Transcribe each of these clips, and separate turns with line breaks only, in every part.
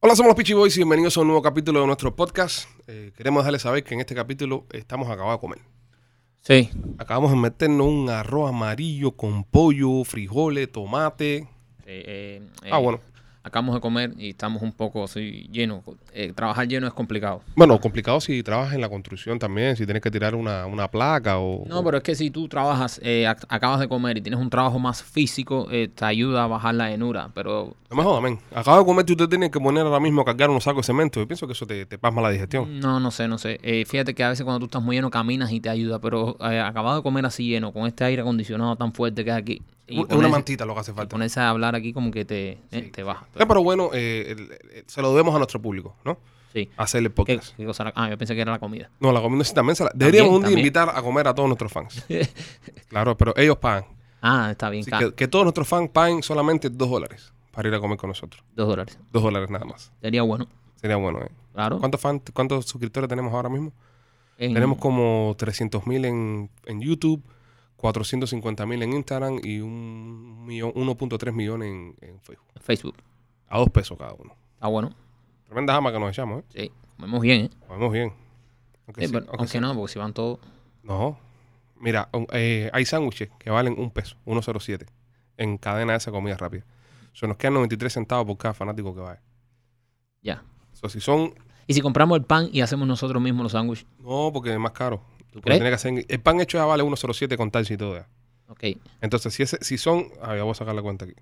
Hola, somos los Peachy Boys y bienvenidos a un nuevo capítulo de nuestro podcast. Eh, queremos dejarles saber que en este capítulo estamos acabados de comer.
Sí,
Acabamos de meternos un arroz amarillo con pollo, frijoles, tomate.
Eh, eh, eh,
Ah, bueno.
Acabamos de comer y estamos un poco así llenos. Eh, trabajar lleno es complicado.
Bueno, complicado si trabajas en la construcción también, si tienes que tirar una, una placa o...
No, pero es que si tú trabajas, eh, ac- acabas de comer y tienes un trabajo más físico, eh, te ayuda a bajar la llenura. Pero
No me jodas, men. Acabas de comer y usted tiene que poner ahora mismo a cargar unos sacos de cemento. Yo pienso que eso te, te pasma la digestión.
no, no sé, no sé. Eh, fíjate que a veces cuando tú estás muy lleno caminas y te ayuda, pero eh, acabado de comer así lleno, con este aire acondicionado tan fuerte que es aquí. Y
Es una
ponerse-
mantita lo que hace
y
falta.
ponerse a hablar aquí como que te, eh, te baja.
Eh, pero bueno, eh, el- el- se lo debemos a nuestro público, ¿no?
sí.
Hacerle
¿Qué-
podcast.
qué cosa era? Ah, yo pensé que era la comida.
No, la comida sí también. se la- Deberíamos un día
también.
invitar a comer a todos nuestros fans. claro, pero ellos pagan.
Ah, está bien,
Así
ca-
que, que todos nuestros fans paguen solamente dos dólares para ir a comer con nosotros.
Dos dólares.
Dos dólares nada más.
Sería bueno.
Sería bueno, ¿eh?
Claro.
¿Cuántos, fans, cuántos suscriptores tenemos ahora mismo?
En-
Tenemos como 300 mil en, en YouTube, 450 mil en Instagram y un millón, 1.3 millones en, en Facebook.
Facebook.
A dos pesos cada uno.
Está bueno.
Tremenda jama que nos echamos, ¿eh?
Sí, comemos bien, ¿eh?
Comemos bien. Aunque
Eh,
sí,
pero-
aunque
aunque
sí.
no, porque si van todos.
No. Mira, un- eh, hay sándwiches que valen un peso, 1.07, en cadena de esa comida rápida. Se nos quedan 93 centavos por cada fanático que vaya.
Ya.
So, si son...
Y si compramos el pan y hacemos nosotros mismos los sándwiches,
No, porque es más caro.
¿tú
Porque
crees?
tiene que hacer- el pan hecho ya vale 1.07 con taxi y todo ya.
Ok.
Entonces, si, ese, si son... A ver, voy a sacar la cuenta aquí.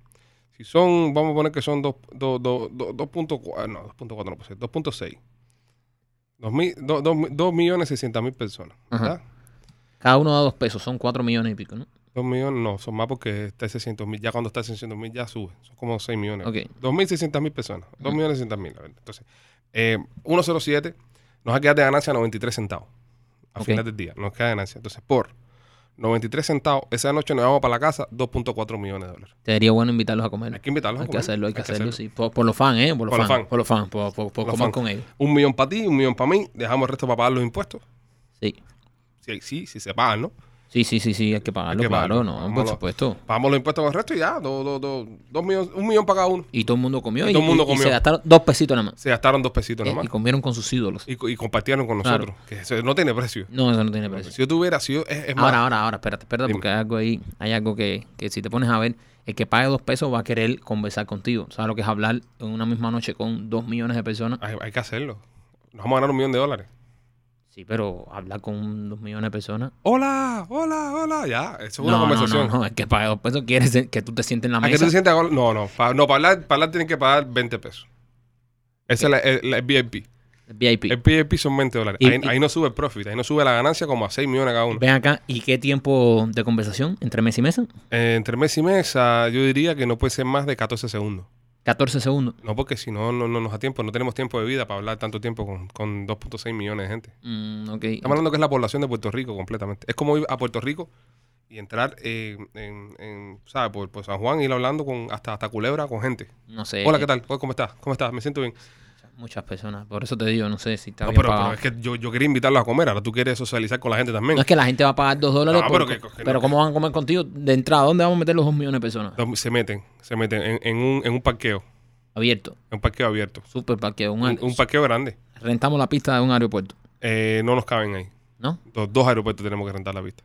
Si son, vamos a poner que son dos- dos- dos- dos- 2.4, no, 2.4 no puede ser, 2.6. 2 millones 600 mil personas,
Ajá.
¿verdad?
Cada uno da dos pesos, son cuatro millones y pico, ¿no?
2 millones no, son más porque está 600 mil. Ya cuando está 600 mil ya sube. Son como 6 millones.
Ok.
2.600 mil personas. 2 millones 600 mil. Entonces, eh, 1.07 nos va a quedar de ganancia 93 centavos. A
Ok.
final del día nos queda ganancia. Entonces, por 93 centavos, esa noche nos vamos para la casa 2.4 millones de dólares.
Te diría bueno invitarlos a comer.
Hay que invitarlos. a
Hay que
comer.
hacerlo, hay que hacerlo, sí. Por, por los fans, ¿eh? Por los,
Por los
fans,
fans.
Por los fans, por, por- por
Por los
comer
fans.
con ellos.
Un millón para ti, un millón para mí. Dejamos el resto para pagar los impuestos.
Sí.
Sí, sí, sí se pagan, ¿no?
Sí, sí, sí, sí, hay que pagarlo,
Hay que
claro,
pagarlo.
no, por
Vámonos.
supuesto.
Pagamos los impuestos con el resto y ya, dos, dos, dos, dos millones, un millón para cada uno.
Y todo el mundo comió
Y
y,
todo el mundo
y- y
comió.
se gastaron dos pesitos nada más.
Se gastaron dos pesitos
¿eh?
nomás.
Y comieron con sus ídolos.
y, co- y compartieron con
Claro.
nosotros. Que eso no tiene precio.
No, eso no tiene precio.
Si yo tuviera, si yo, es, es más,
Ahora, ahora, ahora, espérate, espérate,
Dime.
porque hay algo ahí, hay algo que, que si te pones a ver, el que pague dos pesos va a querer conversar contigo. ¿Sabes lo que es hablar en una misma noche con dos millones de personas?
hay, hay que hacerlo. Nos vamos a ganar un millón de dólares.
Sí, pero hablar con dos millones de personas.
Hola, hola, hola. Ya, eso es
No,
una
no,
conversación.
no, no, el que pague dos pesos quiere ser- que tú te sientes en la
¿A qué tú
mesa.
te sientes? ahora? No, no. pa- no, para hablar, para hablar tienen que pagar 20 pesos. Ese es la- el, el VIP.
el VIP.
El VIP son 20 dólares.
Y-
ahí,
y-
ahí no sube el profit, ahí no sube la ganancia como a 6 millones cada uno.
Ven acá, ¿y qué tiempo de conversación entre mesa y mesa?
Eh, entre mes y mesa, yo diría que no puede ser más de 14 segundos.
14 segundos.
No, porque si no, no, no nos da tiempo. No tenemos tiempo de vida para hablar tanto tiempo con, con 2.6 millones de gente.
Mm, ok.
Estamos hablando que es la población de Puerto Rico completamente. Es como ir a Puerto Rico y entrar eh, en, en, ¿sabes? Por, por San Juan, ir hablando con hasta, hasta Culebra con gente.
No sé.
Hola, ¿qué tal? Hola, ¿Cómo estás? ¿Cómo estás? Me siento bien.
Muchas personas. Por eso te digo, no sé si está
No,
bien
pero,
pagado.
pero es que yo, yo quería invitarlos a comer. Ahora tú quieres socializar con la gente también.
No es que la gente va a pagar dos dólares,
No, pero
por-
que- que-
pero ¿cómo van a comer contigo? De entrada, ¿dónde vamos a meter los dos millones de personas?
Entonces, Se meten, se meten en, en un, en un parqueo,
Abierto.
en un parqueo abierto.
Super parqueo. Un,
Un, un parqueo grande.
rentamos la pista de un aeropuerto,
Eh, no nos caben ahí.
¿no?
Dos, dos aeropuertos tenemos que rentar la vista.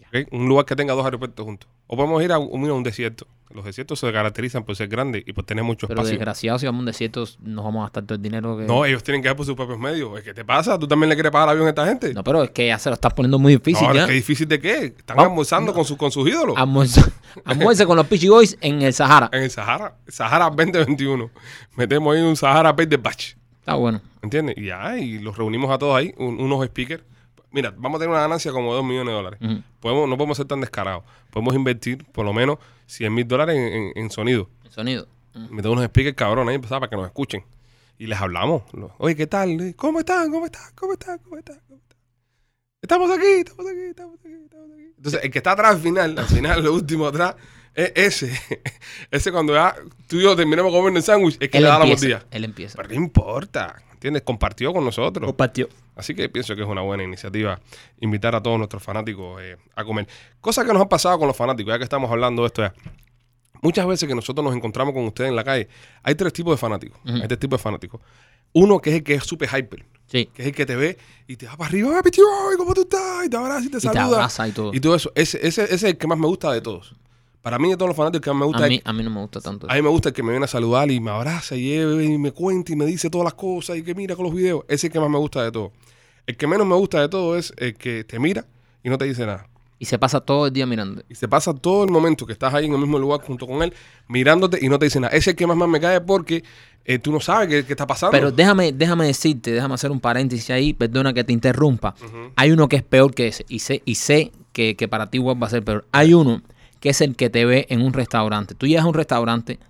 ¿Ok? Un lugar que tenga dos aeropuertos juntos. O podemos ir a un, a un desierto. Los desiertos se caracterizan por ser grandes y por tener mucho
Pero
espacio.
desgraciados, si vamos a un desierto, nos vamos a gastar todo el dinero que...
No, eh. ellos tienen que dar por sus propios medios. Es que te pasa, tú también le quieres pagar el avión a esta gente. No,
No, pero es que ya se lo estás poniendo muy difícil,
ahora,
¿ya?
¿qué difícil de qué? Están
Vamos, Ah.
almorzando con, sus con sus ídolos.
Almuerzo- almuerzo con los Pichi Boys en el Sahara.
En el Sahara, Sahara 2021. Metemos ahí un Sahara Pay de Batch.
Está bueno.
¿Entiendes? Y ya, y los reunimos a todos ahí, un- unos speakers. Mira, vamos a tener una ganancia como de 2 millones de dólares.
Ujú.
Podemos, no podemos ser tan descarados. Podemos invertir por lo menos 100 mil dólares en, en- en sonido.
El sonido. Mm.
Metemos unos speakers cabrones ahí ¿sabes? para que nos escuchen. Y les hablamos. Lo- Oye, ¿qué tal? ¿Cómo están? ¿Cómo están? ¿Cómo están? ¿Cómo están? ¿Cómo están? Estamos aquí, estamos aquí, estamos aquí, estamos aquí. Entonces, el que está atrás al final, al final, lo último atrás, es ese. ese cuando ya tú y yo terminamos comiendo el sándwich, es que
Él
le da la
empieza.
mordida.
Él empieza.
Pero no importa, ¿entiendes? Compartió con nosotros.
Compartió.
Así que pienso que es una buena iniciativa invitar a todos nuestros fanáticos eh, a comer. Cosas que nos han pasado con los fanáticos, ya que estamos hablando de esto ya. Muchas veces que nosotros nos encontramos con ustedes en la calle, hay tres tipos de fanáticos.
Ujú.
Hay tres tipos de fanáticos. Uno que es el que es super hyper,
Sí.
que es el que te ve y te va para arriba, ¡Ah, Pichi, ay, ¿cómo tú estás? Y te abraza y te
Y te
saluda.
abraza y todo.
Y todo eso. Ese, ese, ese es el que más me gusta de todos. Para mí, de todos los fanáticos, el que más me gusta
a,
es
mí, a mí no me gusta tanto.
a mí me gusta el que me viene a saludar y me abraza y, eh, y me cuenta y me dice todas las cosas y que mira con los videos. Ese es el que más me gusta de todo. El que menos me gusta de todo es el que te mira y no te dice nada.
Y se pasa todo el día mirando.
Y se pasa todo el momento que estás ahí en el mismo lugar junto con él, mirándote y no te dice nada. Ese es el que más, más me cae porque eh, tú no sabes qué, qué está pasando.
Pero déjame, déjame decirte, déjame hacer un paréntesis ahí, perdona que te interrumpa. Hay uno que es peor que ese, y sé, y sé que, que para ti igual va a ser peor. Hay uno que es el que te ve en un restaurante. Tú llegas a un restaurante,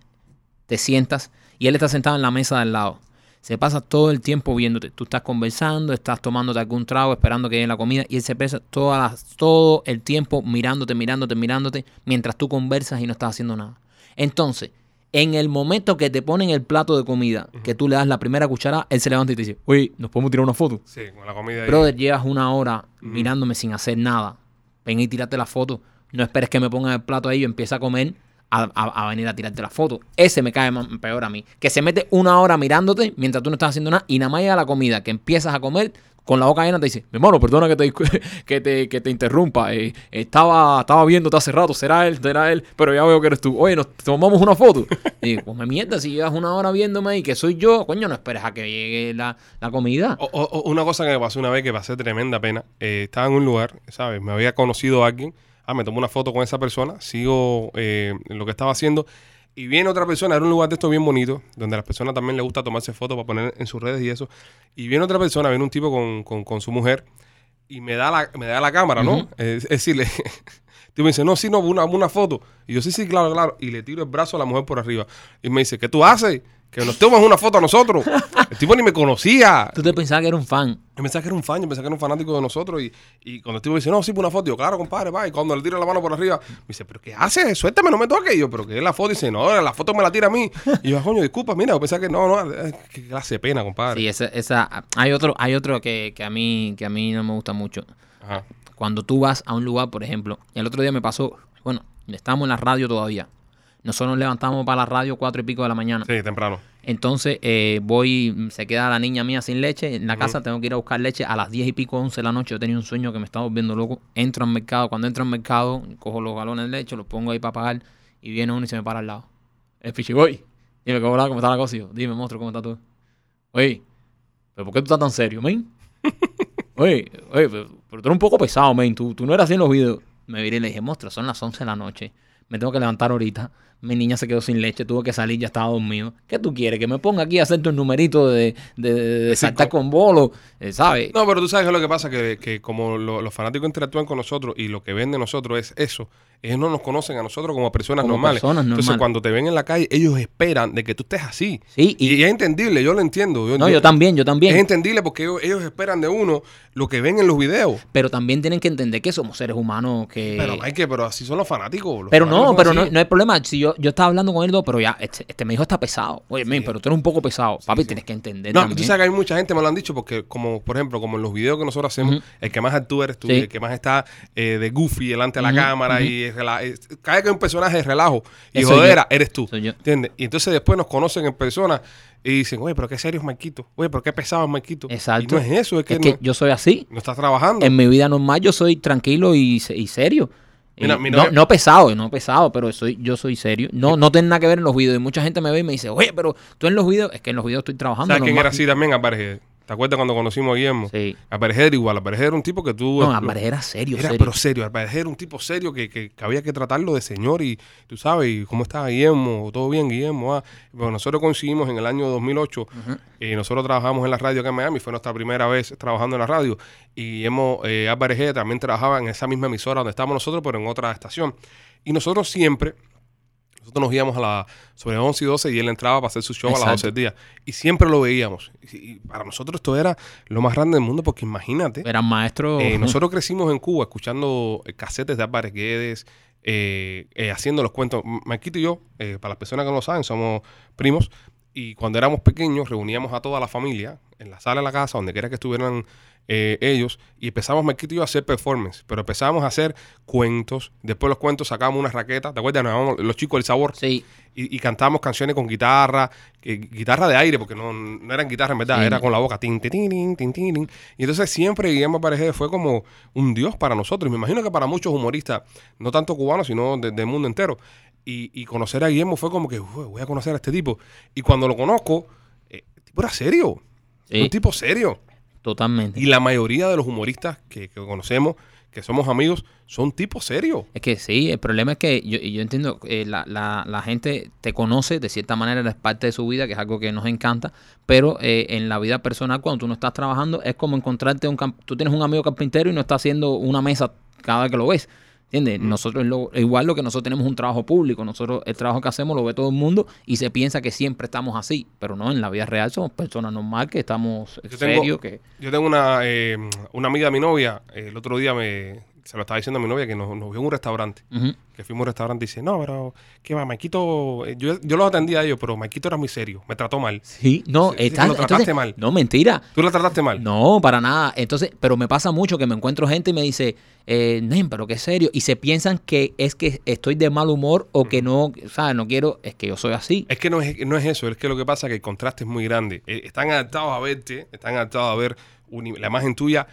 te sientas, y él está sentado en la mesa del lado. Se pasa todo el tiempo viéndote. Tú estás conversando, estás tomándote algún trago, esperando que llegue la comida, y él se pasa todas las- todo el tiempo mirándote, mirándote, mirándote, mientras tú conversas y no estás haciendo nada. Entonces, en el momento que te ponen el plato de comida, que tú le das la primera cuchara, él se levanta y te dice, oye, ¿nos podemos tirar una foto?
sí, con la comida ahí.
Brother, llevas una hora mirándome sin hacer nada. Ven y tírate la foto. No esperes que me pongan el plato ahí y empieza a comer a, a- a venir a tirarte la foto. Ese me cae más, peor a mí. Que se mete una hora mirándote mientras tú no estás haciendo nada y nada más llega la comida que empiezas a comer. Con la boca llena te dice, mi hermano, perdona que te, discu- que te, que te interrumpa. eh, estaba, estaba viéndote hace rato, será él, será él, pero ya veo que eres tú. Oye, nos tomamos una foto. Y digo, pues me mierda, si llevas una hora viéndome y que soy yo, coño, no esperes a que llegue la, la comida.
O- o- o- una cosa que me pasó una vez que pasé tremenda pena. Eh, estaba en un lugar, ¿sabes? Me había conocido a alguien. Ah, me tomé una foto con esa persona. Sigo eh, lo que estaba haciendo. Y viene otra persona. Era un lugar de esto bien bonito. Donde a las personas también les gusta tomarse fotos para poner en sus redes y eso. Y viene otra persona. Viene un tipo con, con- con su mujer. Y me da la, me da la cámara, ¿no?
Ujú.
Eh, es, decir, le- el tipo me dice, no, sí, no, una, una foto. Y yo, sí, sí, claro, claro. Y le tiro el brazo a la mujer por arriba. Y me dice, ¿qué tú haces? Que nos tomas una foto a nosotros. El tipo ni me conocía.
Tú te pensabas que era un fan.
Yo pensaba que era un fan, yo pensaba que era un fanático de nosotros. Y, y cuando el tipo dice, no, sí, por una foto, yo, claro, compadre, va. Y cuando le tira la mano por arriba, me dice, ¿pero qué haces? Suéltame, no me toques. Y yo, ¿pero qué es la foto? Y dice, no, la foto me la tira a mí. Y yo, "Ah, coño, disculpa, mira, yo pensaba que no, no, eh, qué clase de pena, compadre.
Sí, esa, esa, hay otro, hay otro que, que a mí, que a mí no me gusta mucho.
Ajá.
Cuando tú vas a un lugar, por ejemplo, el otro día me pasó, bueno, estábamos en la radio todavía. Nosotros nos levantamos para la radio cuatro y pico de la mañana.
Sí, temprano.
Entonces eh, voy, se queda la niña mía sin leche en la casa, tengo que ir a buscar leche a las 10 y pico, 11 de la noche. Yo tenía un sueño que me estaba volviendo loco. Entro al mercado, cuando entro al mercado, cojo los galones de leche, los pongo ahí para pagar y viene uno y se me para al lado. El pichiboy. Dime, ¿cómo, la- ¿cómo está la cosa? Y yo, dime, monstruo, ¿cómo está todo? Oye, ¿pero por qué tú estás tan serio, men? Oye, oye, pero, pero tú eres un poco pesado, men. Tú, tú no eras así en los videos. Me viré y le dije, monstruo, son las 11 de la noche. Me tengo que levantar ahorita. Mi niña se quedó sin leche, tuvo que salir, ya estaba dormido. ¿Qué tú quieres? Que me ponga aquí a hacer tu numerito de, de, de- de saltar con bolo, eh, ¿sabes?
No, pero tú sabes que lo que pasa, que, que como lo- los fanáticos interactúan con nosotros y lo que ven de nosotros es eso, ellos no nos conocen a nosotros como personas
Como
normales.
personas
Entonces,
normales.
cuando te ven en la calle, ellos esperan de que tú estés así.
Sí,
Y,
y,
y es entendible, yo lo entiendo.
no, yo también, yo también.
Es entendible porque ellos, ellos esperan de uno lo que ven en los videos.
Pero también tienen que entender que somos seres humanos que...
Pero hay que, pero así son los fanáticos. los
Eh, Pero no,
fanáticos
pero
son
no,
así.
no hay problema. Si yo, yo estaba hablando con él, pero ya, este, este me dijo está pesado. Oye, men, pero tú eres un poco pesado. Papi, tienes que entender
No, tú
eh, también.
sabes que hay mucha gente, me lo han dicho, porque como, por ejemplo, como en los videos que nosotros hacemos, el que más actúa eres tú,
Sí.
y el que más está eh, de goofy delante de la
Ujú,
cámara y es rela- es- cada vez que hay un personaje de relajo y
Eso soy
jodera,
yo.
eres tú.
Soy yo.
¿Entiendes? Y entonces después nos conocen en persona y dicen, oye, pero qué serio es Marquito, oye, pero qué pesado es Marquito.
Exacto.
Y no es eso, es que,
es que
no,
yo soy así.
no estás trabajando.
En mi vida normal yo soy tranquilo y, se- y serio.
Mira,
Eh,
mi
no,
novia-
no pesado, no pesado, pero soy, yo soy serio. No, no tiene nada que ver en los videos. Y mucha gente me ve y me dice, oye, pero tú en los videos, es que en los videos estoy trabajando.
¿Sabes quién
normal".
era así también? Aparecer. ¿Te acuerdas cuando conocimos a Guillermo?
Sí.
Aparecer igual, Aparecer era un tipo que tú...
No,
lo-
Álvarez era serio,
Era,
serio.
pero serio, al parecer era un tipo serio que, que, que había que tratarlo de señor y tú sabes, y cómo estaba Guillermo, todo bien Guillermo. Ah. Bueno, nosotros coincidimos en el año 2008 y eh, nosotros trabajamos en la radio acá en Miami, fue nuestra primera vez trabajando en la radio y Guillermo eh, Álvarez Gea también trabajaba en esa misma emisora donde estábamos nosotros, pero en otra estación. Y nosotros siempre, nosotros nos íbamos a la, sobre 11 y 12 y él entraba para hacer su show a las
Exacto.
12 del día y siempre lo veíamos. Y, y para nosotros esto era lo más grande del mundo porque imagínate.
Era maestro.
Eh, nosotros crecimos en Cuba escuchando eh, casetes de Álvarez Guedes, eh, eh, haciendo los cuentos. M- Marquito y yo, eh, para las personas que no lo saben, somos primos. Y cuando éramos pequeños, reuníamos a toda la familia en la sala de la casa, donde quiera que estuvieran eh, ellos, y empezamos, Marquito y yo, a hacer performance. Pero empezábamos a hacer cuentos. Después de los cuentos sacábamos una raqueta. ¿Te acuerdas? Nos llamábamos los chicos del sabor.
Sí,
Y, y cantábamos canciones con guitarra, eh, guitarra de aire, porque no, no eran guitarras en verdad,
Sí.
era con la boca. Tin, tin, tin, tin, tin, tin, tin. Y entonces siempre Guillermo Paredes fue como un dios para nosotros. Y me imagino que para muchos humoristas, no tanto cubanos, sino de- del mundo entero. Y, y conocer a Guillermo fue como que, "Ué, voy a conocer a este tipo. Y cuando lo conozco, eh, el tipo era serio.
Sí.
Un tipo serio.
totalmente.
Y la mayoría de los humoristas que, que conocemos, que somos amigos, son tipos serios.
Es que sí, el problema es que yo, y yo entiendo, eh, la, la, la gente te conoce, de cierta manera eres parte de su vida, que es algo que nos encanta, pero eh, en la vida personal, cuando tú no estás trabajando, es como encontrarte un... camp- Tú tienes un amigo carpintero y no está haciendo una mesa cada vez que lo ves. ¿Entiendes? Nosotros lo, igual lo que nosotros tenemos es un trabajo público, nosotros el trabajo que hacemos lo ve todo el mundo y se piensa que siempre estamos así, pero no, en la vida real somos personas normales que estamos
Yo tengo-
serios, que...
Yo tengo una, eh, una amiga de mi novia, eh, el otro día me, se lo estaba diciendo a mi novia que nos, nos vio en un restaurante.
Ujú.
Que fuimos a un restaurante y dice, no, pero, ¿qué va? Maquito, eh, yo, yo los atendía a ellos, pero Maquito era muy serio, me trató mal.
Sí, no,
Sí, sí,
estás-
lo trataste
entonces-
mal.
No, mentira.
¿Tú la trataste mal?
No, para nada. Entonces, pero me pasa mucho que me encuentro gente y me dice, eh, Nen, pero qué serio. Y se piensan que es que estoy de mal humor o que no, ¿sabes? No quiero, es que yo soy así.
Es que no es, no es eso, es que lo que pasa es que el contraste es muy grande. Eh, están adaptados a verte, están adaptados a ver uni- la imagen tuya.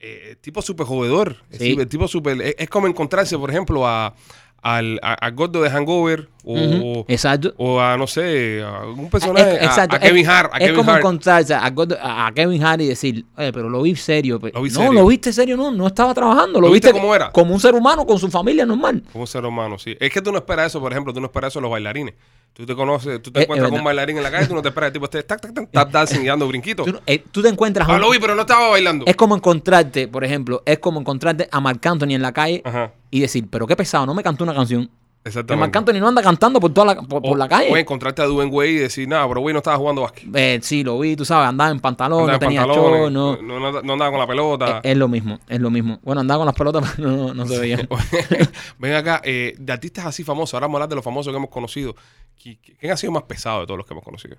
eh, tipo súper jugador, es
Sí.
decir, tipo súper... Es, es como encontrarse, por ejemplo, a, al a- a Gordo de Hangover o,
Ujú, Exacto.
o a, no sé, a un personaje, a-
Es- Eh, exacto,
ah, a, Kevin
es-
Hart. A
es
Kevin
como
Hart.
encontrarse a, God- a- a Kevin Hart y decir, oye, pero lo vi serio. pero-
Lo vi
no,
serio.
lo viste serio, no, no estaba trabajando. Lo,
¿Lo viste
viste
cómo era?
Como un ser humano con su familia normal.
Como un ser humano, sí. Es que tú no esperas eso, por ejemplo, tú no esperas eso de los bailarines. Tú te conoces, tú te
Eh, es
encuentras con un
verdad.
bailarín en la calle, tú no te esperas, el tipo esté tac, tac, tac, tap dancing y dando brinquitos.
Tú, no- eh, tú te encuentras a
Ah,
un-
lo vi, pero no estaba bailando.
Es como encontrarte, por ejemplo, es como encontrarte a Marc Anthony en la calle
Ajá,
y decir, pero qué pesado, no me cantó una canción. Que
exactamente.
Marc Anthony no anda cantando por toda la, por,
Oh,
por la calle.
O encontrarte a Duen Way y decir, nada, pero güey no estaba jugando básquet.
Eh, sí, lo vi, tú sabes, andaba en pantalón,
Andaba en
no tenía
pantalones,
show, no. Eh,
no, no- no andaba con la pelota.
Es, es lo mismo, es lo mismo. Bueno, andaba con las pelotas, pero no, no se veía.
Ven acá, eh, de artistas así famosos, ahora vamos a hablar de los famosos que hemos conocido. ¿Qui- qui- ¿Quién ha sido más pesado de todos los que hemos conocido?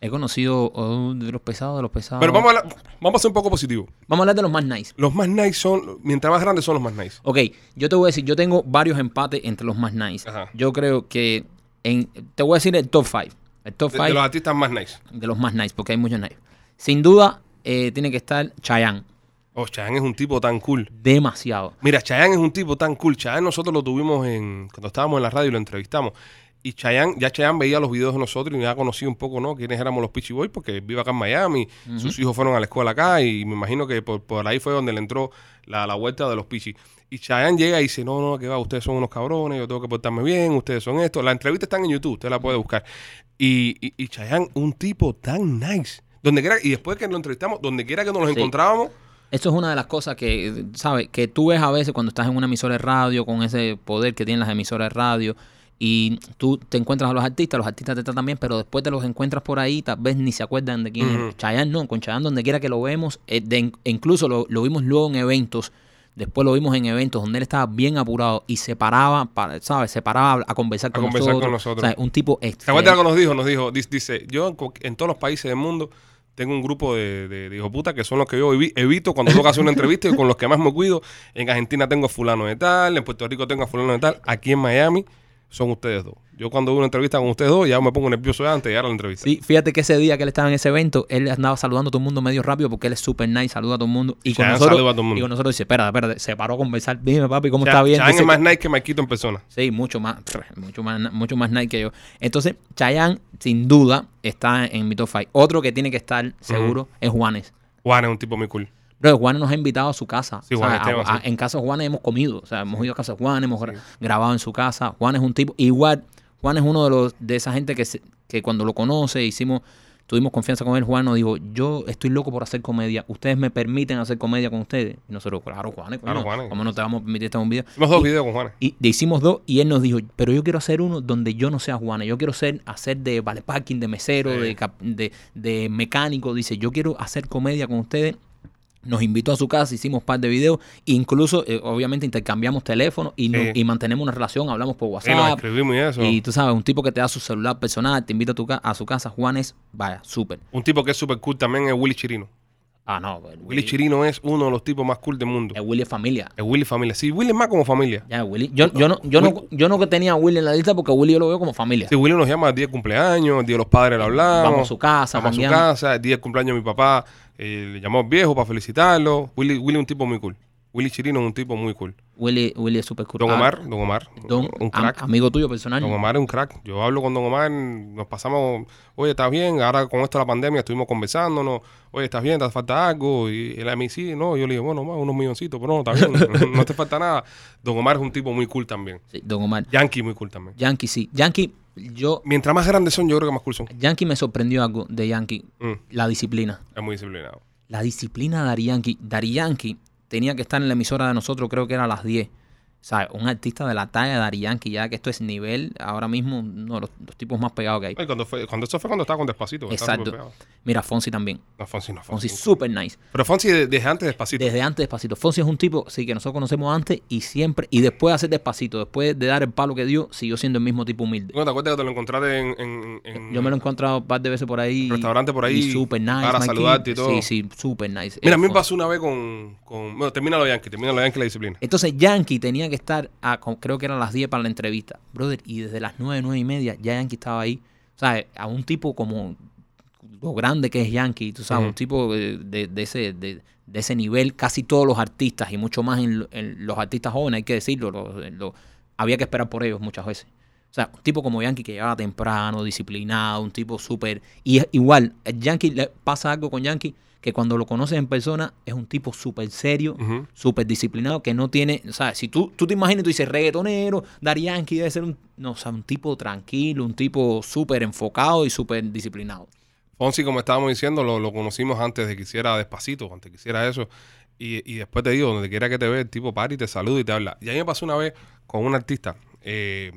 He conocido oh, de los pesados, de los pesados.
Pero vamos a, hablar- vamos a ser un poco positivo.
Vamos a hablar de los más nice.
Los más nice son, mientras más grandes son los más nice.
Ok, yo te voy a decir, yo tengo varios empates entre los más nice.
Ajá.
Yo creo que en, te voy a decir el top 5. El top
De, de los
5
artistas más nice.
de, los más nice, porque hay muchos nice. Sin duda, eh, tiene que estar Chayanne.
Oh, Chayanne es un tipo tan cool.
Demasiado.
Mira, Chayanne es un tipo tan cool. Chayanne nosotros lo tuvimos en cuando estábamos en la radio y lo entrevistamos. Y Chayanne, ya Chayanne veía los videos de nosotros y ya conocía un poco, ¿no? Quiénes éramos los Peachy Boys porque vive acá en Miami. Sus hijos fueron a la escuela acá y me imagino que por, por ahí fue donde le entró la, la vuelta de los Peachy. Y Chayanne llega y dice, no, no, que va, ustedes son unos cabrones, yo tengo que portarme bien, ustedes son esto. La entrevista está en YouTube, usted la puede buscar. Y, y, y Chayanne, un tipo tan nice. Donde quiera, y después que lo entrevistamos, donde quiera que nos los
Sí.
encontrábamos,
Eso es una de las cosas que, ¿sabes? Que tú ves a veces cuando estás en una emisora de radio, con ese poder que tienen las emisoras de radio, y tú te encuentras a los artistas, los artistas te tratan bien, pero después te los encuentras por ahí, tal vez ni se acuerdan de quién
Ujú.
es. Chayanne no, con Chayanne donde quiera que lo vemos, eh, de- incluso lo, lo vimos luego en eventos, después lo vimos en eventos donde él estaba bien apurado y se paraba, para, ¿sabes? Se paraba a conversar, con,
conversar con
nosotros.
nosotros.
¿Sabes? Un tipo
¿Te acuerdas
excelente.
algo que nos dijo? Nos dijo, dis- dice, yo en, cual- en todos los países del mundo tengo un grupo de, de, de hijoputas que son los que yo evi- evito cuando toca hacer una entrevista y con los que más me cuido. En Argentina tengo a fulano de tal, en Puerto Rico tengo a fulano de tal, aquí en Miami son ustedes dos. Yo cuando veo una entrevista con ustedes dos ya me pongo nervioso de antes de llegar a la entrevista.
Sí, fíjate que ese día que él estaba en ese evento, él andaba saludando a todo el mundo medio rápido porque él es super nice, saluda a todo el mundo. Y con,
Chayanne
nosotros,
saluda a todo el mundo.
y con nosotros dice, espera, espera, se paró a conversar, dime papi, ¿cómo
Cha-
está bien?
Chayanne
Dice
es más
que-
nice que Marquito en persona.
Sí, mucho más, mucho más, mucho más nice que yo. Entonces, Chayanne, sin duda, está en mi top five. Otro que tiene que estar seguro es Juanes.
Juan es un tipo muy cool.
Bro, Juanes nos ha invitado a su casa.
Sí, este
O sea,
Juanes
a-
Esteban,
a-
sí.
En casa de Juanes hemos comido. O sea, hemos ido a casa de Juanes, hemos gra- grabado en su casa. Juan es un tipo. Igual, Juan es uno de los de esa gente que, se- que cuando lo conoce, hicimos, tuvimos confianza con él. Juan nos dijo, yo estoy loco por hacer comedia. Ustedes me permiten hacer comedia con ustedes. Y nosotros, claro, Juanes,
Claro,
coño,
Juanes.
¿cómo no te vamos a permitir estar en un video?
Hicimos dos videos con Juan.
Y le hicimos dos y él nos dijo, pero yo quiero hacer uno donde yo no sea Juana, yo quiero ser, hacer de vale parking, de mesero,
Sí.
de, cap- de, de mecánico, dice, yo quiero hacer comedia con ustedes Nos invitó a su casa, hicimos un par de videos, incluso, eh, obviamente, intercambiamos teléfonos y, nos-
Sí.
y mantenemos una relación, hablamos por
Sí, nos
WhatsApp.
escribimos y eso.
Y tú sabes, un tipo que te da su celular personal, te invita a, tu ca- a su casa, Juan es, vaya, súper.
Un tipo que es súper cool también es Willy Chirino.
Ah, no, el
Willy
Willy,
Chirino es uno de los tipos más cool del mundo.
el Willy es familia.
Es Willy familia. Sí, Willy es más como familia.
Ya, Willy. Yo, yo, no, yo, no, yo no que tenía a Willy en la lista porque a Willy yo lo veo como familia.
Sí, Willy nos llama el día de cumpleaños, el día de los padres le hablamos.
Vamos a su casa,
Vamos a su
jangueamos.
casa, el día de cumpleaños de mi papá eh, le llamó al viejo para felicitarlo. Willy, Willy es un tipo muy cool. Willy Chirino es un tipo muy cool.
Willy, Willy es súper cool.
Don
Ah,
Omar, Don Omar,
Don,
un
am-
crack.
amigo tuyo personal.
Don Omar es un crack. Yo hablo con Don Omar, nos pasamos, oye, ¿estás bien? Ahora con esto de la pandemia estuvimos conversándonos, oye, ¿estás bien? ¿Te hace falta algo? Y él a mí sí, no, yo le digo, bueno, más unos milloncitos, pero no, está bien, no te falta nada. Don Omar es un tipo muy cool también.
Sí, Don Omar.
Yankee muy cool también.
Yankee, sí. Yankee, yo.
Mientras más grandes son, yo creo que más cool son.
Yankee me sorprendió algo de Yankee.
Mm,
La disciplina.
es muy disciplinado.
La disciplina de Dari Yankee. Dari Yankee tenía que estar en la emisora de nosotros, creo que era a las 10. O sea, un artista de la talla de Dari Yankee, ya que esto es nivel, ahora mismo uno de los, los tipos más pegados que hay.
Ay, cuando, fue, cuando eso fue cuando estaba con Despacito. que estaba súper
Exacto.
pegado.
Mira, Fonsi también.
No, Fonsi no,
Fonsi
Fonsi.
super nice.
Pero Fonsi de- desde antes Despacito.
Desde antes despacito. Fonsi es un tipo, sí, que nosotros conocemos antes y siempre, y después de hacer despacito, después de dar el palo que dio, siguió siendo el mismo tipo humilde.
¿No te acuerdas que te lo encontraste en... en- en-
Yo me lo he encontrado un par de veces por ahí.
Restaurante por ahí,
Y super nice.
para
Mikey.
saludarte y todo.
Sí, sí, super nice.
Mira, a mí me
Fonsi.
pasó una vez con... con bueno, termina lo Yankee, termina lo Yankee la disciplina.
Entonces Yankee tenía que estar, a, con- creo que eran las 10 para la entrevista, brother, y desde las 9, 9 y media ya Yankee estaba ahí. O sea, a un tipo como lo grande que es Yankee, tú sabes,
Ujú.
un tipo eh, de, de ese, de, de ese nivel, casi todos los artistas, y mucho más en, lo- en los artistas jóvenes, hay que decirlo, lo- lo- había que esperar por ellos muchas veces. O sea, un tipo como Yankee que llegaba temprano, disciplinado, un tipo súper... Y es igual, el Yankee, le pasa algo con Yankee, que cuando lo conoces en persona, es un tipo súper serio,
Ujú.
súper disciplinado, que no tiene, ¿sabes? Si tú, tú te imaginas, tú dices reggaetonero, Darianki debe ser un, no, o sea, un tipo tranquilo, un tipo súper enfocado y súper disciplinado.
Fonsi, como estábamos diciendo, lo, lo conocimos antes de que hiciera Despacito, antes de que hiciera eso. Y, y después te digo, donde quiera que te ve, el tipo para y te saluda y te habla. Y a mí me pasó una vez con un artista, eh,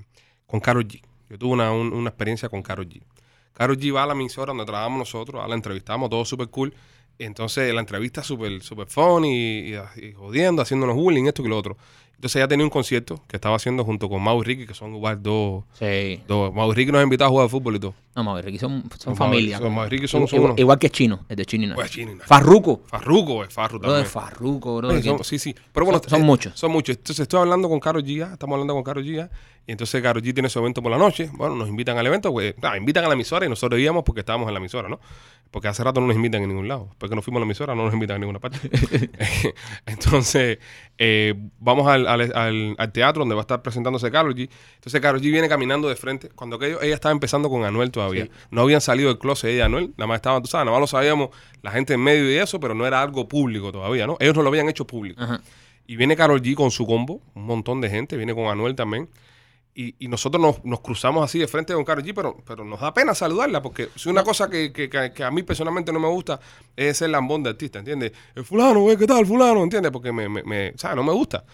con Karol G. Yo tuve una, un- una experiencia con Karol G. Karol G va a la emisora donde trabajamos nosotros, a la entrevistamos, todo súper cool. Entonces, la entrevista súper super funny, y, y jodiendo, haciéndonos bullying, esto y lo otro. Entonces, ella tenía un concierto que estaba haciendo junto con Mau y Ricky, que son igual dos...
Sí.
dos Mau y Ricky nos ha invitado a jugar al fútbol y todo.
No, Mauricio, Ricky son, son
Mau-
familia.
son- Mau y Ricky son- son
igual,
unos-
igual que Chino, el de Chino y nada.
Pues, Chino y nada.
Farruco.
Farruco, es eh, Farru
Bro de
también.
Farruco, bro.
Oye,
de que-
son- sí, sí. Pero bueno,
Son- son
eh,
muchos.
Son muchos. Entonces estoy hablando con Caro Gia, estamos hablando con Caro Gia, y entonces Caro G tiene su evento por la noche. Bueno, nos invitan al evento, pues, nada, invitan a la emisora y nosotros íbamos porque estábamos en la emisora, ¿no? Porque hace rato no nos invitan en ningún lado. Después que nos fuimos a la emisora, no nos invitan a ninguna parte. entonces, eh, vamos al, al- al- al teatro donde va a estar presentándose Caro G. Entonces Caro G viene caminando de frente. Cuando aquello, ella estaba empezando con Anuel todavía. No habían salido del closet ella y Anuel, nada más estaban, tú sabes, nada más lo sabíamos la gente en medio y eso, pero no era algo público todavía, ¿no? Ellos no lo habían hecho público.
Ajá.
Y viene Carol G con su combo, un montón de gente, viene con Anuel también. Y, y nosotros nos, nos cruzamos así de frente con Carol G, pero, pero nos da pena saludarla, porque si una cosa que, que- que- que a mí personalmente no me gusta es el lambón de artista, ¿entiendes? El fulano, güey, ¿qué tal, fulano? ¿Entiendes? Porque me, me, me- ¿sabes? No me gusta.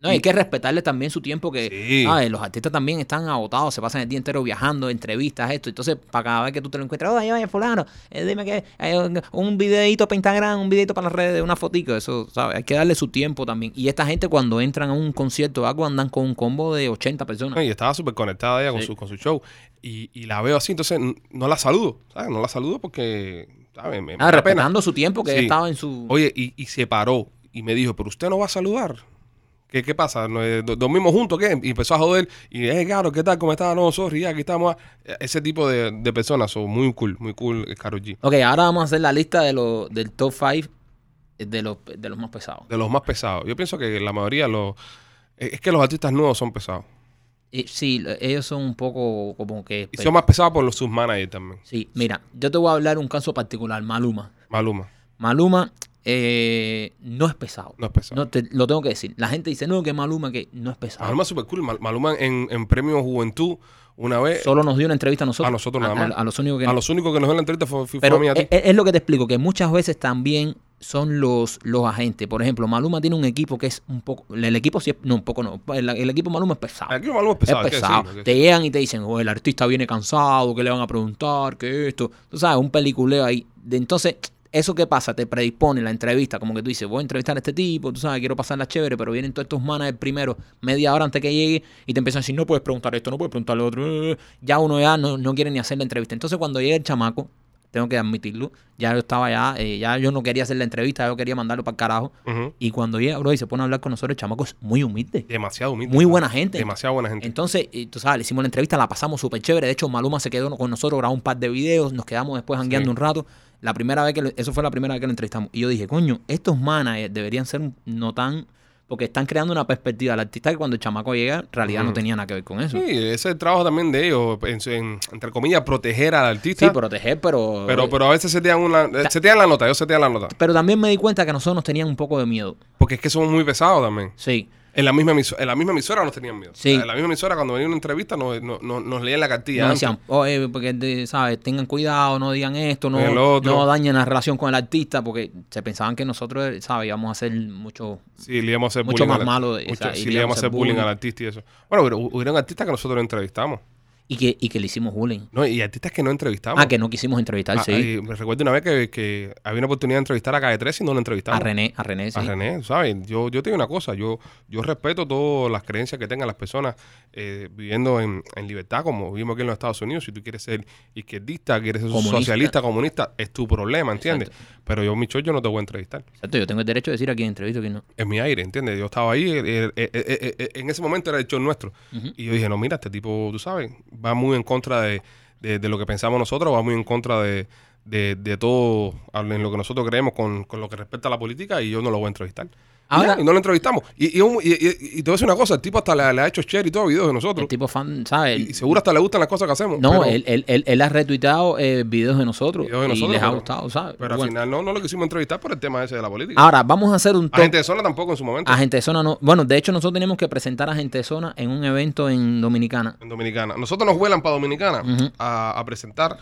No, hay que respetarle también su tiempo que
Sí.
¿sabes? los artistas también están agotados, se pasan el día entero viajando, entrevistas, esto. Entonces, para cada vez que tú te lo encuentras, oye, oye, fulano, eh, dime que eh, un- un videito para Instagram, un videito para las redes, una fotico, eso, ¿sabes? Hay que darle su tiempo también. Y esta gente cuando entran a un concierto o algo, andan con un combo de 80 personas.
Y estaba súper conectada ella con,
Sí.
su, con su show. Y, y la veo así, entonces n- no la saludo, ¿sabes? No la saludo porque, ¿sabes? Me, me
Ah,
da pena.
respetando su tiempo que
Sí.
estaba en su...
Oye, y, y se paró y me dijo, pero usted no va a saludar. ¿Qué, qué pasa? ¿No, eh, do- ¿Dormimos juntos? ¿Qué? Y empezó a joder. Y, eh, claro, ¿qué tal? ¿Cómo estás? No, sorry, ya, aquí estamos. Eh, Ese tipo de, de personas son muy cool, muy cool, Caro G.
Ok, ahora vamos a hacer la lista de los del top 5 de los, de los más pesados.
De los más pesados. Yo pienso que la mayoría los... eh, Es que los artistas nuevos son pesados.
Eh, sí, ellos son un poco como que...
Y son más pesados por los submanagers también.
Sí, mira, yo te voy a hablar un caso particular, Maluma.
Maluma,
Maluma eh, no es pesado.
no es pesado.
No, te- lo tengo que decir. La gente dice, no, que Maluma, que no es pesado.
Maluma es súper cool. Mal- Maluma en, en Premio Juventud, una vez,
Solo nos dio una entrevista a nosotros.
eh, a nosotros nada
a-
más.
a los únicos que
a
no-
los únicos que nos ven la entrevista fue, fue
Pero
a mí y a ti.
es, es lo que te explico, que muchas veces también son los, los agentes. Por ejemplo, Maluma tiene un equipo que es un poco... El equipo sí es... No, un poco no. El, el equipo de Maluma es pesado.
Aquí Maluma es pesado. hay
es
que
pesado.
decirlo, hay que
Te llegan y te dicen, oh, el artista viene cansado, que le van a preguntar, que esto. Tú sabes, un peliculeo ahí. De- Entonces, eso que pasa, te predispone la entrevista, como que tú dices, voy a entrevistar a este tipo, tú sabes, quiero pasarla chévere, pero vienen todos estos managers primero, media hora antes que llegue, y te empiezan a decir, no puedes preguntar esto, no puedes preguntar lo otro, eh, ya uno ya no, no quiere ni hacer la entrevista. Entonces cuando llega el chamaco, tengo que admitirlo, ya yo estaba ya, eh, ya yo no quería hacer la entrevista, yo quería mandarlo para el carajo,
Ujú.
y cuando llega, bro, y se pone a hablar con nosotros, el chamaco es muy humilde.
Demasiado humilde.
Muy buena gente.
Demasiado buena gente.
Entonces, eh, tú sabes, le hicimos la entrevista, la pasamos súper chévere. De hecho, Maluma se quedó con nosotros, grabó un par de videos, nos quedamos después jangueando un rato. La primera vez que lo- eso fue la primera vez que lo entrevistamos. Y yo dije, coño, estos managers deberían ser un- no tan. Porque están creando una perspectiva al artista que cuando el chamaco llega, en realidad no tenía nada que ver con eso.
Mm. Sí,
Sí,
ese es el trabajo también de ellos, en su- en- entre comillas, proteger al artista. pero,
proteger, pero. eh,
pero, a veces se te dan una, eh, se te dan la nota, ellos se te dan la nota.
pero también me di cuenta que a nosotros nos tenían un poco de miedo.
Porque es que somos muy pesados también.
Sí.
En la misma emisora, en la misma emisora nos tenían miedo.
Sí.
En la misma emisora, cuando venía una entrevista, nos, nos, nos- nos leían la cartilla.
Nos
antes.
decían, oye, porque, de- ¿sabes? Tengan cuidado, no digan esto, no,
El otro.
no dañen la relación con el artista, porque se pensaban que nosotros, ¿sabes? Íbamos a hacer mucho.
Sí, le íbamos a hacer
Mucho
bullying
más
al-
malo de-
mucho-
o sea,
sí,
y
le íbamos a hacer bullying, al artista y eso. Bueno, pero hu- hubieron artistas que nosotros no entrevistamos.
Y que, y que le hicimos bullying.
No, y artistas que no entrevistamos.
Ah, que no quisimos entrevistar,
Ah,
sí.
y me recuerdo una vez que, que había una oportunidad de entrevistar a Calle 13 y no la
A
entrevistamos.
René, a René, sí.
A René, ¿sabes? Yo, yo te digo una cosa, yo, yo respeto todas las creencias que tengan las personas eh, viviendo en, en libertad, como vivimos aquí en los Estados Unidos. Si tú quieres ser izquierdista, quieres ser
Comunista.
socialista, comunista, es tu problema, ¿entiendes? Pero yo, Micho, yo no te voy a entrevistar.
Exacto, yo tengo el derecho de decir a quién entrevisto y quién no.
Es mi aire, ¿entiendes? Yo estaba ahí, eh, eh, eh, eh, eh, en ese momento era el show nuestro. Y yo dije, no, mira, este tipo, tú sabes, va muy en contra de, de- de lo que pensamos nosotros, va muy en contra de, de- de todo en lo que nosotros creemos con, con lo que respecta a la política y yo no lo voy a entrevistar. Y
Ahora-
ya, y no lo entrevistamos. Y, y un- y- y- y te voy a decir una cosa, el tipo hasta le, le ha hecho share y todo videos de nosotros.
El tipo fan, ¿sabes?
y, y seguro hasta le gustan las cosas que hacemos.
no,
pero-
él, él, él, él ha retuiteado eh, videos de nosotros
videos de
y
nosotros,
les ha
pero-
gustado, ¿sabes?
Pero al
Bueno, Ah,
final no, no lo quisimos entrevistar por el tema ese de la política.
Ahora, vamos a hacer un
a
top.
gente de zona tampoco en su momento.
A gente de zona no. Bueno, de hecho, nosotros tenemos que presentar a gente de zona en un evento en Dominicana.
En Dominicana. Nosotros nos vuelan para Dominicana
Ujú.
a, a presentar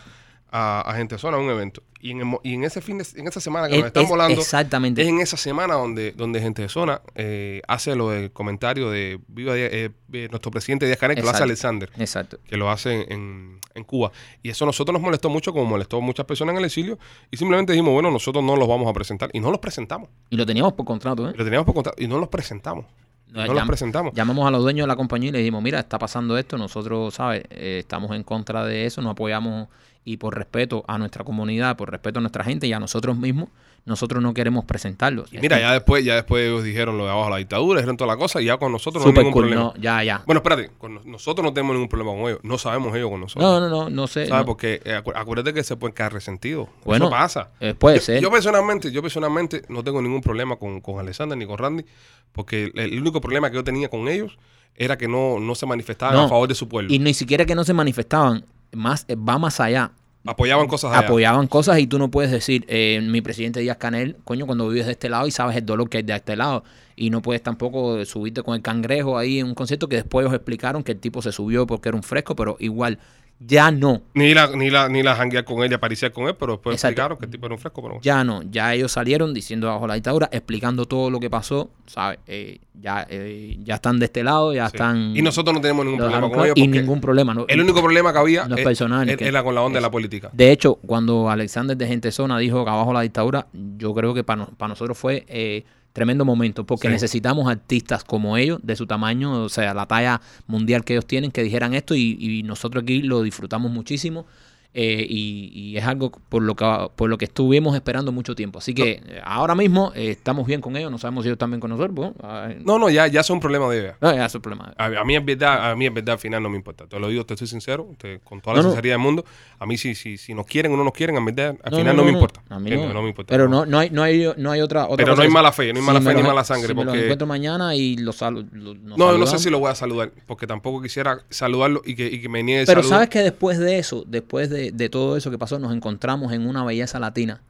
a, a Gente Zona un evento. Y en, el mo- y en ese fin de, en esa semana que
Es-
nos están
es-
volando,
exactamente.
es en esa semana donde, donde Gente de Zona eh, hace lo del comentario de viva Díaz- eh, eh, nuestro presidente Díaz Canel, que lo hace
Exacto.
Alexander,
Exacto.
que lo hace en, en Cuba. Y eso a nosotros nos molestó mucho, como molestó a muchas personas en el exilio, y simplemente dijimos, bueno, nosotros no los vamos a presentar. Y no los presentamos.
Y lo teníamos por contrato, ¿eh?
Lo teníamos por contrato y no los presentamos. No, los
Llam-
presentamos.
Llamamos a los dueños de la compañía y le dijimos, mira, está pasando esto, nosotros, ¿sabes? Eh, estamos en contra de eso, no apoyamos y por respeto a nuestra comunidad, por respeto a nuestra gente y a nosotros mismos, nosotros no queremos presentarlos.
Y mira, ya después, ya después ellos dijeron lo de abajo la dictadura, dijeron toda la cosa, y ya con nosotros no hay
Super
ningún
cool,
problema.
no, ya, ya.
Bueno, espérate, con nos- nosotros no tenemos ningún problema con ellos, no sabemos ellos con nosotros.
No, no, no, no sé.
¿Sabes?
no.
Porque eh, acu- acuérdate que se pueden quedar resentidos.
Bueno,
Eso pasa.
Eh, puede ser.
Yo personalmente, yo personalmente no tengo ningún problema con, con Alexander ni con Randy, porque el, el único problema que yo tenía con ellos era que no, no se manifestaban
No.
a favor de su pueblo.
y ni siquiera que no se manifestaban, más eh, va más allá.
apoyaban cosas de allá.
apoyaban cosas y tú no puedes decir, eh, mi presidente Díaz Canel, coño, cuando vives de este lado y sabes el dolor que hay de este lado. Y no puedes tampoco subirte con el cangrejo ahí en un concierto que después os explicaron que el tipo se subió porque era un fresco, pero igual, ya no,
Ni la, ni la, ni la janguear con él, aparecía con él, pero después
Exacto.
explicaron que el tipo era un fresco, pero bueno.
ya no. Ya ellos salieron diciendo bajo la dictadura, explicando todo lo que pasó, ¿sabes? Eh, ya, eh, ya están de este lado, ya
Sí.
están...
Y nosotros no tenemos ningún
lo
problema
dejaron
con
claro,
ellos.
y
porque
ningún problema. ¿no?
El único problema que había
No es
eh,
personal,
era-
que-
era con la onda de la política.
De hecho, cuando Alexander de Gente Zona dijo que abajo la dictadura, yo creo que para, nosotros fue eh, tremendo momento, porque
Sí.
necesitamos artistas como ellos, de su tamaño, o sea, la talla mundial que ellos tienen, que dijeran esto y, y nosotros aquí lo disfrutamos muchísimo. eh, y, y es algo por lo que por lo que estuvimos esperando mucho tiempo. Así que eh, ahora mismo eh, estamos bien con ellos, no sabemos si ellos están bien con nosotros. Pues, ah, eh,
No, no, ya, ya es un problema de ella.
no, ya es el problema.
A, a mí es verdad, a mí es verdad, al final no me importa. Te lo digo, te estoy sincero, te- con toda la
No, no.
sinceridad del mundo. A mí si, si, si nos quieren o no nos quieren, a verdad, al
No,
final
no,
no,
no,
me
no.
importa.
A mí
¿Entiendes?
no.
me importa.
Pero no, no, hay, no, hay, no hay otra, otra
Pero
cosa
no hay
que-
mala fe, no hay
Si
mala
me
fe ni
los-
mala sangre,
si me los
porque-
encuentro mañana y los salu- lo-
No,
nos
no sé
saludamos.
si lo voy a saludar, porque tampoco quisiera saludarlo y que, y que me niegue el
Pero
saludo.
sabes que después de eso, después de, de todo eso que pasó, nos encontramos en una belleza latina.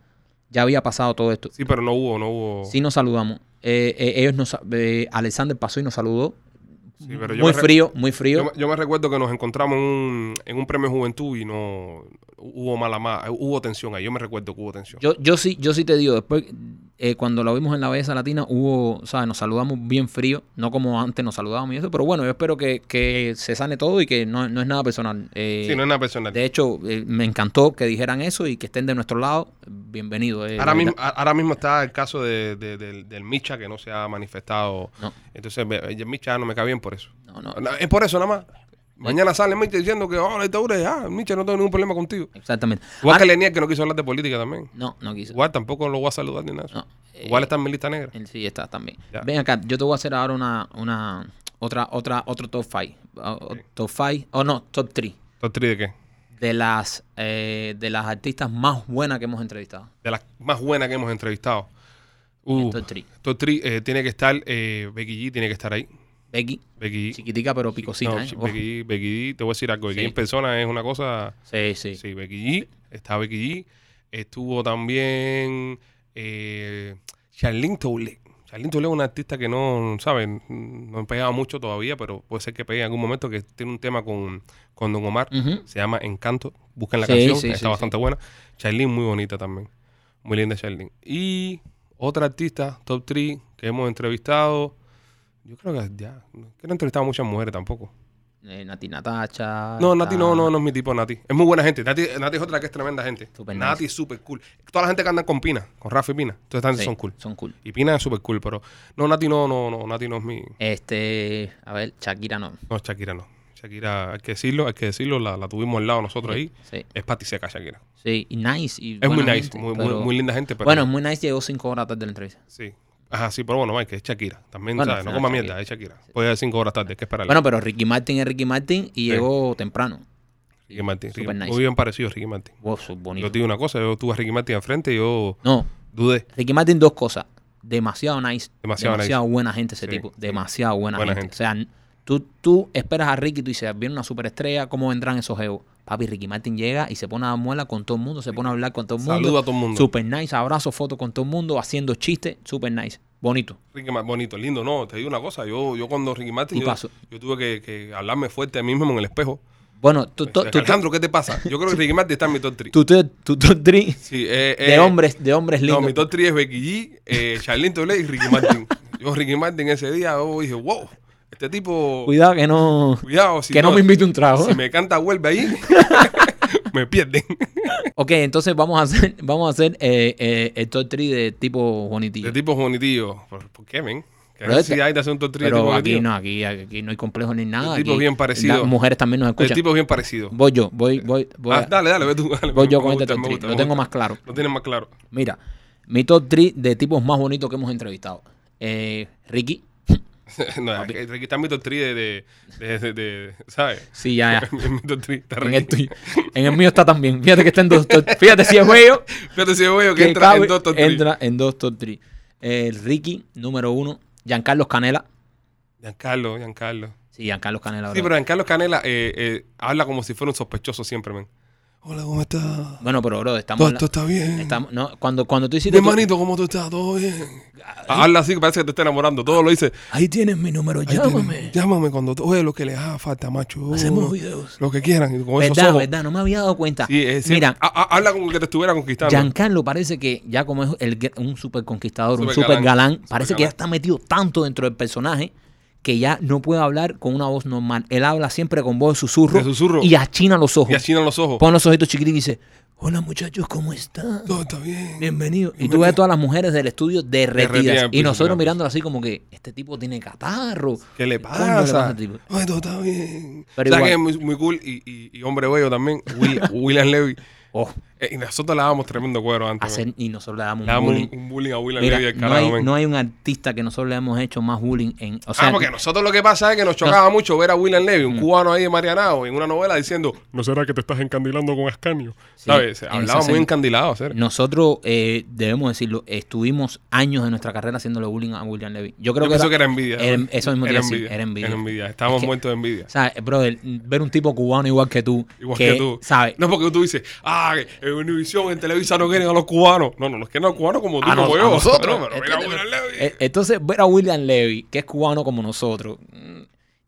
Ya había pasado todo esto.
Sí, pero no hubo, no hubo.
Sí nos saludamos. Eh, eh, ellos nos, eh, Alexander pasó y nos saludó.
Sí, pero yo
muy
me re-
frío, muy frío.
Yo, me- yo me recuerdo que nos encontramos en un, en un premio Juventud y no hubo mala ma- hubo tensión ahí. Yo me recuerdo que hubo tensión.
Yo, yo sí, yo sí te digo, después, eh, cuando lo vimos en la belleza latina, hubo, ¿sabes? Nos saludamos bien frío, no como antes nos saludábamos y eso, pero bueno, yo espero que, que se sane todo y que no, no es nada personal. Eh,
sí, no es nada personal.
De hecho, eh, me encantó que dijeran eso y que estén de nuestro lado. bienvenido. eh,
Ahora
la
mismo,
verdad.
a- ahora mismo está el caso de- de- del, del Micha que no se ha manifestado.
No.
Entonces, me- el Micha no me cae bien por eso.
No, no,
Na- Es por eso nada más. Mañana sale Micha diciendo que oh, la dictadura ya, Micha, no tengo ningún problema contigo.
exactamente.
Igual
Ah,
que Lenier que no quiso hablar de política también.
No, no quiso.
Igual tampoco lo voy a saludar ni nada.
No, eh,
Igual está en mi lista negra.
Él sí está también.
Ya.
Ven acá, yo te voy a hacer ahora una, una otra, otra, otro top 5. Top 5, o no, top 3
¿Top three de qué?
de las eh, de las artistas más buenas que hemos entrevistado.
De las más buenas que hemos entrevistado. Uh,
Top 3.
top three, eh, tiene que estar eh, Becky G, tiene que estar ahí.
Becky,
Becky G.
chiquitica pero picosita,
No,
¿eh?
sí,
Oh,
Becky, G, Becky G, te voy a decir algo. Becky
Sí.
G en persona es una cosa.
sí, sí.
Sí, Becky G. Está Becky G. Estuvo también eh, Charlene Toulé. Charlene Toulé es una artista que no, ¿sabes? No he pegado mucho todavía, pero puede ser que pegue en algún momento, que tiene un tema con, con Don Omar.
Ujú.
Se llama Encanto. Busquen la
Sí,
canción,
sí,
está
sí,
bastante buena. Charlene muy bonita también. Muy linda Charlene. Y otra artista, top 3, que hemos entrevistado. Yo creo que ya. Creo que no he entrevistado a muchas mujeres tampoco.
Eh, Nati Natacha.
No, Nati
está-
no, no, no es mi tipo, Nati. Es muy buena gente. Nati, Nati es otra que es tremenda gente.
Super
Nati
nice.
es súper cool. Toda la gente que anda con Pina, con Rafa y Pina, todas estas gente
Sí,
son cool.
Son cool.
Y Pina es súper cool, pero... No, Nati no, no, no, Nati no es mi...
Este, a ver, Shakira no.
No, Shakira no. Shakira, hay que decirlo, hay que decirlo, la, la tuvimos al lado nosotros ahí.
Sí,
Es patiseca Shakira.
sí, y nice. y
Es muy
buena
nice,
gente,
muy,
pero-
muy, muy linda gente, pero...
Bueno, es muy nice, llegó cinco horas tarde de la entrevista.
Sí. Ajá, sí, pero bueno, Mike, es Shakira. También,
Bueno,
¿sabes? No
no,
coma
Shakira.
mierda, es Shakira. Puede ir cinco horas tarde, hay que esperarle.
Bueno, pero Ricky Martin es Ricky Martin y llegó temprano.
Ricky Martin,
super
Ricky-
nice.
muy bien parecido a Ricky Martin.
Wow, eso es bonito.
Yo te digo una cosa, yo tuve a Ricky Martin al frente y yo
No,
dudé.
Ricky Martin, dos cosas. Demasiado nice.
Demasiado
Demasiado, buena gente ese
Sí,
tipo.
sí.
Demasiado buena,
Buena
gente. O sea, n- tú, tú esperas a Ricky y tú dices, viene una superestrella, ¿cómo vendrán esos egos? Papi, Ricky Martin llega y se pone a dar muela con todo el mundo, se pone a hablar con todo el mundo.
Saluda a todo el mundo.
Super nice, abrazo, foto con todo el mundo, haciendo chistes, super nice. Bonito.
Ricky Martin, bonito, lindo, no, te digo una cosa, yo, yo cuando Ricky Martin, yo,
Tipazo.
yo tuve que, que hablarme fuerte a mí mismo en el espejo. Este,
Bueno, tú, tú, tú,
Alejandro, ¿qué te pasa? Yo creo que Ricky Martin está en mi top 3.
tú- tú- tú- tú- tri-
Sí, eh, eh,
de hombres, de hombres
No,
lindos.
mi top 3 es Becky G, eh, Charlene Toblé y Ricky Martin. Yo Ricky Martin ese día, yo dije, wow, este tipo, cuidado,
Cuidado que no,
si
que no, me invite un trago.
Si me canta vuelve ahí, me pierden.
Ok, entonces vamos a hacer, vamos a hacer eh, eh, el top 3 de tipo bonitillo.
De tipos bonitillos. ¿Por, por qué, men? ¿Qué
Pero este-
necesidad hay de hacer un top 3 de
Pero
tipos
aquí
bonitillos?
no, aquí, aquí no hay complejo ni nada.
El tipo
aquí
bien parecido.
Las mujeres también nos
El
escuchan.
tipo es bien parecido.
Voy yo, voy, voy, voy,
Ah,
a-
dale, dale, ve tú. dale,
voy
me-
yo
me
con
gusta,
este top
me
3.
gusta,
Lo
me
tengo
gusta.
más claro.
Lo tienes más claro.
Mira, mi top 3 de tipos más bonitos que hemos entrevistado. Eh, Ricky.
no, aquí, aquí está mi top 3 de, de, de, de- de- ¿Sabes?
Sí, ya, ya.
mi top 3 está
En
Ricky.
el, tuyo. En el mío está también. Fíjate que está en dos. top- Fíjate si es bello.
Fíjate si veo que
que
entra en
cabe-
dos top 3.
entra en dos top 3. Ricky, número uno. Giancarlos Canela.
Giancarlo, Giancarlo.
Sí, Giancarlos Canela.
Sí,
bro.
pero Giancarlo Canela eh, eh, habla como si fuera un sospechoso siempre, men. Hola, ¿cómo estás?
Bueno, pero bro, estamos...
¿Todo,
habla-
todo está bien?
estamos no, cuando, cuando tú
Mi
hiciste... tu-
hermanito, ¿cómo tú estás? ¿Todo bien? Habla así, parece que te está enamorando. Todo lo dice.
Ahí tienes mi número,
"Ahí
llámame.
tienes, Llámame cuando... tú- Oye, lo que les haga falta, macho.
Hacemos videos.
Lo que quieran. Con esos
Verdad,
ojos.
verdad, no me había dado cuenta.
Sí, es Ah, decir,
Mira,
ha- ha- habla como que te estuviera conquistando.
Giancarlo parece que ya como es el gr- un super conquistador, un
Super
super
galán,
galán,
super
parece que ya
galán.
está metido tanto dentro del personaje que ya no puede hablar con una voz normal. Él habla siempre con voz de susurro,
De susurro.
y achina los ojos.
y achinan los ojos.
Pone los ojitos chiquitos y dice, hola muchachos, ¿cómo están?
Todo está bien.
Bienvenido. Y tú ves a todas las mujeres del estudio derretidas.
Derretidas, pues,
y
pichuladas.
nosotros mirándolo así como que, este tipo tiene catarro.
¿Qué le
¿Cuándo le pasa a
pasa?
este tipo?
Ay, todo está bien.
Pero
o sea que es
igual-
muy, muy cool y, y- y hombre bello también. Will- William Levy.
Oh,
Eh, y nosotros le dábamos tremendo cuero antes.
hacer-
man.
y nosotros le damos
Le
un
dábamos
bullying.
un, un bullying a William
Mira,
Levy al
no,
carajo,
hay,
man.
no hay un artista que nosotros le hemos hecho más bullying en... O sea, Mm.
ah, porque a nosotros lo que pasa es que nos chocaba mucho ver a William Levy, un cubano ahí de Marianao, en una novela diciendo, ¿no será que te estás encandilando con Ascanio? ¿Sabes?
en
Hablaba
ese
muy
sen-
encandilado. ¿sabes?
Nosotros, eh, debemos decirlo, estuvimos años de nuestra carrera haciéndole bullying a William Levy. Yo creo
Yo
que,
pienso que era envidia.
era-
man.
eso mismo te
era
iba a decir,
envidia.
era envidia.
Era envidia. Estábamos
Es que-
muertos de envidia.
O sea, brother, ver un tipo cubano igual que tú.
Igual que, tú.
¿Sabes?
No, porque tú dices, ah, que en Univision, en Televisa no quieren a los cubanos. No, no, no quieren a los cubanos como tú,
A nos-
como
a
yo.
nosotros. E-,
No, pero mira, William Levy.
Eh, Entonces, ver a William Levy, que es cubano como nosotros, mm,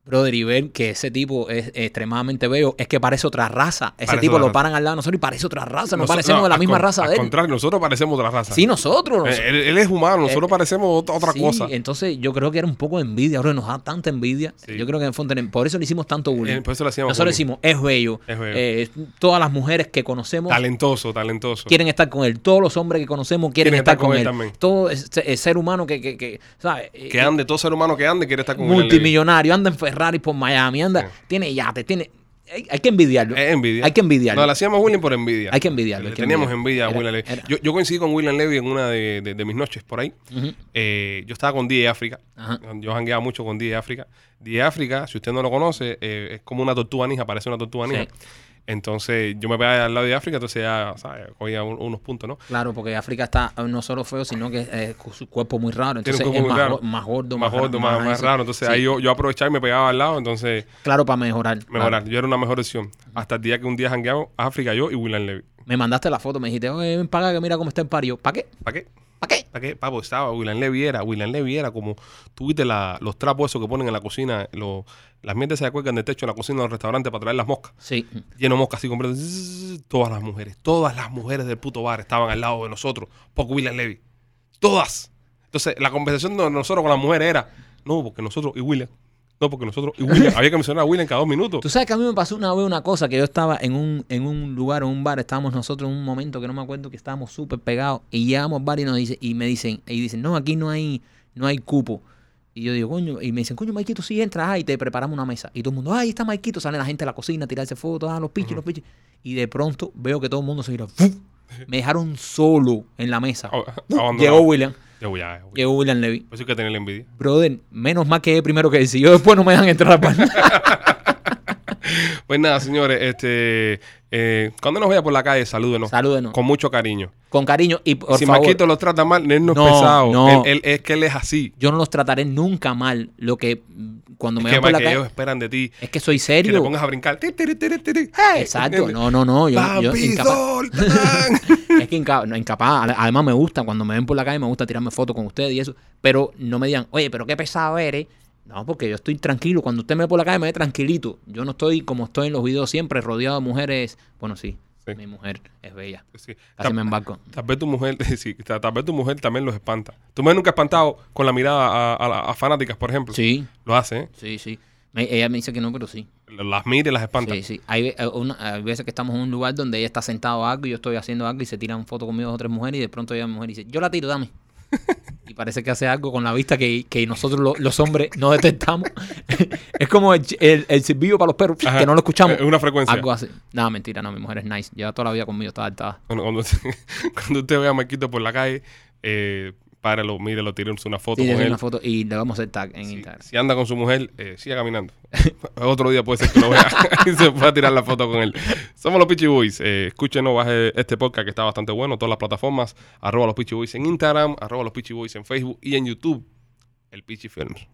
Brother, y ver que ese tipo es extremadamente bello, es que parece otra raza. Ese
Parece
tipo
otra
lo
raza.
paran al lado de nosotros y parece otra raza. No
Noso-
parecemos
no,
de la
al
misma
con-
raza
al
de él.
contrario, nosotros parecemos otra raza.
Sí, nosotros. nos-
Eh, él, él es humano, nosotros parecemos ot- otra
sí,
cosa.
Entonces, yo creo que era un poco de envidia, bro. Nos da tanta envidia.
Sí.
Yo creo que en el fondo, ten- por eso le hicimos tanto bullying.
Eh, por eso le hacíamos
Nosotros
bullying.
decimos, es bello.
Es bello.
Eh, todas las mujeres que conocemos
Talentoso, talentoso.
quieren estar con él. Todos los hombres que conocemos quieren, estar, con él.
también.
Todo es- es- es ser humano que, que, que, ¿sabes? Eh,
Que ande, todo ser humano que ande quiere estar con William Levy.
multimillonario, anda en Ferrari por Miami, anda, tiene yate, tiene. Hay, hay que envidiarlo.
Es envidia.
Hay que envidiarlo.
No, le hacíamos William por envidia.
Hay que envidiarlo,
Le
hay que
teníamos envidia
envidiarlo.
a William
Era-
Levy.
era.
Yo, yo coincidí con William Levy en una de, de- de mis noches por ahí.
Ujú.
Eh, yo estaba con DJ África.
Ajá.
Yo jangueaba mucho con DJ África. DJ África, si usted no lo conoce, eh, es como una tortuga ninja, parece una tortuga ninja.
Sí.
Entonces, yo me pegaba al lado de África, entonces ya, ¿sabes? Cogía un- unos puntos, ¿no?
Claro, porque África está eh, no solo feo, sino que eh, con su cuerpo muy raro.
Tiene
Entonces
un
es
cuerpo muy
más,
raro.
go- más gordo,
Más gordo, más, más
eso.
raro. Entonces,
Sí,
ahí yo, yo aprovechaba y me pegaba al lado, entonces,
Claro, para mejorar.
mejorar.
claro.
Yo era una mejor opción. Hasta el día que un día jangueamos África, yo y William Levy.
Me mandaste la foto, me dijiste, oye, ven para acá que mira cómo está en pario. ¿Para qué?
¿Para qué?
¿Para qué?
¿Para qué? Papo, estaba William Levy era, William Levy era como, tú viste la- los trapos esos que ponen en la cocina, los- las mierdas se acuerdan del techo en la cocina de los restaurantes para traer las moscas.
Sí.
Lleno de moscas así completo. Zzzz, Todas las mujeres, todas las mujeres del puto bar estaban al lado de nosotros, por William Levy. Todas. Entonces, la conversación de nosotros con las mujeres era, no, porque nosotros y William. No, porque nosotros y William. Había que mencionar a William cada dos minutos.
Tú sabes que a mí me pasó una vez una cosa, que yo estaba en un, en un lugar, en un bar, estábamos nosotros en un momento que no me acuerdo que estábamos súper pegados y llegamos al bar y nos dice, y me dicen, y dicen, no, aquí no hay, no hay cupo. Y yo digo, coño, y me dicen, coño, Maikito, sí entras, ah, y te preparamos una mesa. Y todo el mundo, ay, ahí está Maikito, sale la gente a la cocina a tirarse fotos, ah, los pichis, los pichis. Y de pronto veo que todo el mundo se gira, ¡fuf! me dejaron solo en la mesa.
Ah,
¡Fuf!
abandonado.
Llegó William,
Yo, ya, ya, William.
llegó William Levy.
Por eso hay que tener envidia.
Brother, menos mal que es primero que él, si yo después no me dejan entrar al bar.
Pues nada, señores, este, eh, cuando nos vaya por la calle, salúdenos.
Salúdenos. Con,
Con mucho cariño.
cariño y por
si
favor.
Marquito lo trata mal, él no es
No,
pesado.
no.
Él- él- es que él es así.
yo no los trataré nunca mal. Lo que mm, cuando
Es
me
que,
vean por
Mike,
la
que
calle
ellos esperan de ti.
es que soy
Que te
serio.
pongas a brincar. Ti, ti, ti, ti, ti. ¡Hey!
Exacto,
¿Entiendes?
no, no, no. Yo, yo
Papi,
incapaz.
Zoltán.
Es que inca- no, incapaz. Ad- Además me gusta cuando me ven por la calle, me gusta tirarme fotos con ustedes y eso. Pero no me digan, oye, pero qué pesado eres. No, porque yo estoy tranquilo. Cuando usted me ve por la calle, me ve tranquilito. Yo no estoy como estoy en los videos siempre, rodeado de mujeres. Bueno, sí,
Sí.
mi mujer es bella.
Sí.
Casi me
Tal,
embarco.
tal vez tu mujer, sí, tal tal vez tu mujer también los espanta. Tu mujer nunca ha espantado con la mirada a, a- a fanáticas, por ejemplo.
Sí,
Lo hace, ¿eh?
sí, sí. Me- ella me dice que no, pero sí.
Las mira y las espanta.
Sí, sí. Hay, ve- eh, una- hay veces que estamos en un lugar donde ella está sentado algo y yo estoy haciendo algo y se tiran fotos conmigo dos o tres mujeres y de pronto llega mi mujer y dice, yo la tiro, dame. Y parece que hace algo con la vista que, que nosotros lo- los hombres no detectamos. es como el, ch- el, el silbido para los perros,
Ajá.
que no lo escuchamos.
Es una frecuencia.
Algo así. Nada, mentira, no, mi mujer es nice. Lleva toda la vida conmigo, está adaptada.
Bueno, cuando, usted- cuando usted vea a Marquito por la calle, eh, páralo, míralo, tírese una foto
Sí, le
con
hice
él.
una foto y le vamos a hacer tag en
Si,
Instagram.
si anda con su mujer, eh, siga caminando. Otro día puede ser que lo vea y se pueda tirar la foto con él. Somos los Pitchy Boys. Eh, escúchenos, baje este podcast que está bastante bueno. Todas las plataformas. Arroba los Pitchy Boys en Instagram, arroba los Pitchy Boys en Facebook y en YouTube. El Pitchy Films.